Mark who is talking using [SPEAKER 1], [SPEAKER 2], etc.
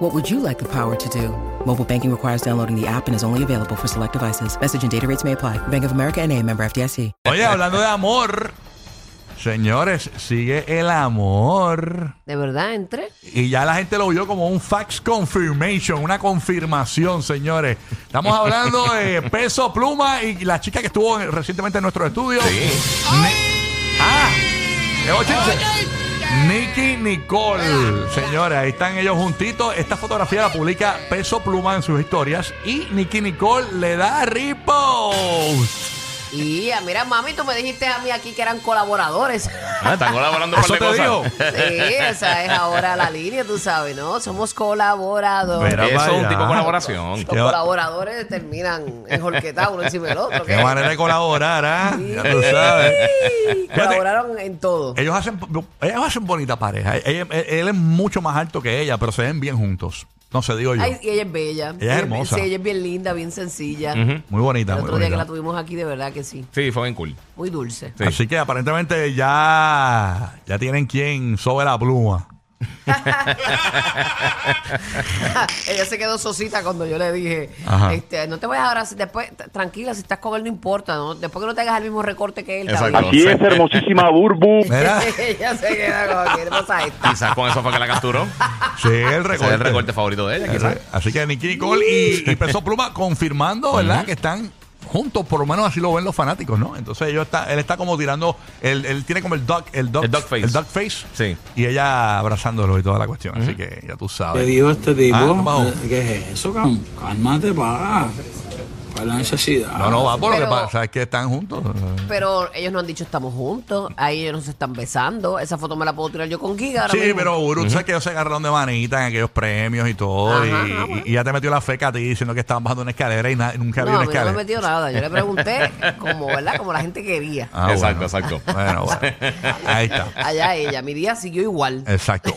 [SPEAKER 1] What would you like the power to do? Mobile banking requires downloading the app and is only available for select devices. Message and data rates may apply. Bank of America and a member FDIC.
[SPEAKER 2] Oye, hablando de amor, señores, sigue el amor.
[SPEAKER 3] De verdad, entré.
[SPEAKER 2] Y ya la gente lo vio como un fax confirmation, una confirmación, señores. Estamos hablando de peso pluma y la chica que estuvo recientemente en nuestro estudio. Ni- ah, es bochinche. Nicky Nicole, señores, ahí están ellos juntitos. Esta fotografía la publica Peso Pluma en sus historias y Nicky Nicole le da repost.
[SPEAKER 3] Y ah, mira, mami, tú me dijiste a mí aquí que eran colaboradores.
[SPEAKER 4] Ah, están colaborando un
[SPEAKER 2] Eso
[SPEAKER 4] par de
[SPEAKER 2] te
[SPEAKER 4] cosas.
[SPEAKER 2] digo.
[SPEAKER 3] Sí, esa es ahora la línea, tú sabes, ¿no? Somos colaboradores.
[SPEAKER 2] Mira
[SPEAKER 4] Eso
[SPEAKER 2] para
[SPEAKER 4] es un
[SPEAKER 2] allá.
[SPEAKER 4] tipo de colaboración.
[SPEAKER 3] Los
[SPEAKER 2] qué va-
[SPEAKER 3] colaboradores terminan enjolquetados uno encima del otro.
[SPEAKER 2] Qué
[SPEAKER 3] ¿ok?
[SPEAKER 2] manera de colaborar, ¿ah?
[SPEAKER 3] Sí.
[SPEAKER 2] Ya tú sabes.
[SPEAKER 3] Colaboraron en todo.
[SPEAKER 2] Ellos hacen, ellos hacen bonita pareja. Ella- él, él es mucho más alto que ella, pero se ven bien juntos. No sé, digo yo.
[SPEAKER 3] Ay, y ella es bella. Ella
[SPEAKER 2] hermosa.
[SPEAKER 3] Sí, ella es bien linda, bien sencilla.
[SPEAKER 2] Muy bonita,
[SPEAKER 3] El
[SPEAKER 2] muy
[SPEAKER 3] otro día que la
[SPEAKER 2] bonita.
[SPEAKER 3] tuvimos aquí, de verdad que sí.
[SPEAKER 4] Sí, fue bien cool.
[SPEAKER 3] Muy dulce.
[SPEAKER 4] Sí.
[SPEAKER 2] Así que aparentemente ya, ya tienen quien sobe la pluma.
[SPEAKER 3] ella se quedó sosita cuando yo le dije,
[SPEAKER 2] Ajá.
[SPEAKER 3] este, no te vayas ahora, si después, t- tranquila, si estás con él no importa, ¿no? después que no te hagas el mismo recorte que él. está
[SPEAKER 4] Exacto.
[SPEAKER 3] bien".
[SPEAKER 5] Así es, hermosísima Burbu.
[SPEAKER 2] Mira,
[SPEAKER 3] ella se queda como que "¿Qué pasa esta.
[SPEAKER 4] Quizás con eso fue que la capturó.
[SPEAKER 2] sí, el
[SPEAKER 4] Ese es
[SPEAKER 2] recorte.
[SPEAKER 4] el recorte favorito de ella, quizás.
[SPEAKER 2] Ese- Así que Nicky Nicole y, y Peso Pluma confirmando, ¿verdad? Que están juntos, por lo menos así lo ven los fanáticos, ¿no? Entonces ellos está, él está como tirando, él, él tiene como el duck, el duck,
[SPEAKER 4] El duck face.
[SPEAKER 2] el duck face,
[SPEAKER 4] Sí.
[SPEAKER 2] y ella abrazándolo y toda la cuestión. Así que ya tú sabes.
[SPEAKER 6] Le dijo este tipo,
[SPEAKER 2] Ah, no, vamos.
[SPEAKER 6] ¿qué es eso,
[SPEAKER 2] Hmm.
[SPEAKER 6] cabrón? Cálmate, pa. ¿Cuál es la necesidad?
[SPEAKER 2] No, no, va por lo que
[SPEAKER 3] Pero-
[SPEAKER 2] pasa, es que están juntos.
[SPEAKER 3] Pero ellos no han dicho estamos juntos, ahí ellos no se están besando, esa foto me la puedo tirar yo con Giga ahora
[SPEAKER 2] Sí,
[SPEAKER 3] mismo.
[SPEAKER 2] pero Buru, tú sabes que ellos se agarraron de manita en aquellos premios y todo.
[SPEAKER 3] Ajá,
[SPEAKER 2] y,
[SPEAKER 3] ah, bueno.
[SPEAKER 2] y ya te metió la feca a ti diciendo que estaban bajando una escalera y na- nunca había
[SPEAKER 3] No, a
[SPEAKER 2] una
[SPEAKER 3] mí no me
[SPEAKER 2] escalera.
[SPEAKER 3] metió nada, yo le pregunté como, ¿verdad? Como la gente quería.
[SPEAKER 2] Ah,
[SPEAKER 4] Exacto,
[SPEAKER 2] bueno.
[SPEAKER 4] exacto.
[SPEAKER 2] Bueno, bueno. Ahí está.
[SPEAKER 3] Allá ella, mi día siguió igual.
[SPEAKER 2] Exacto.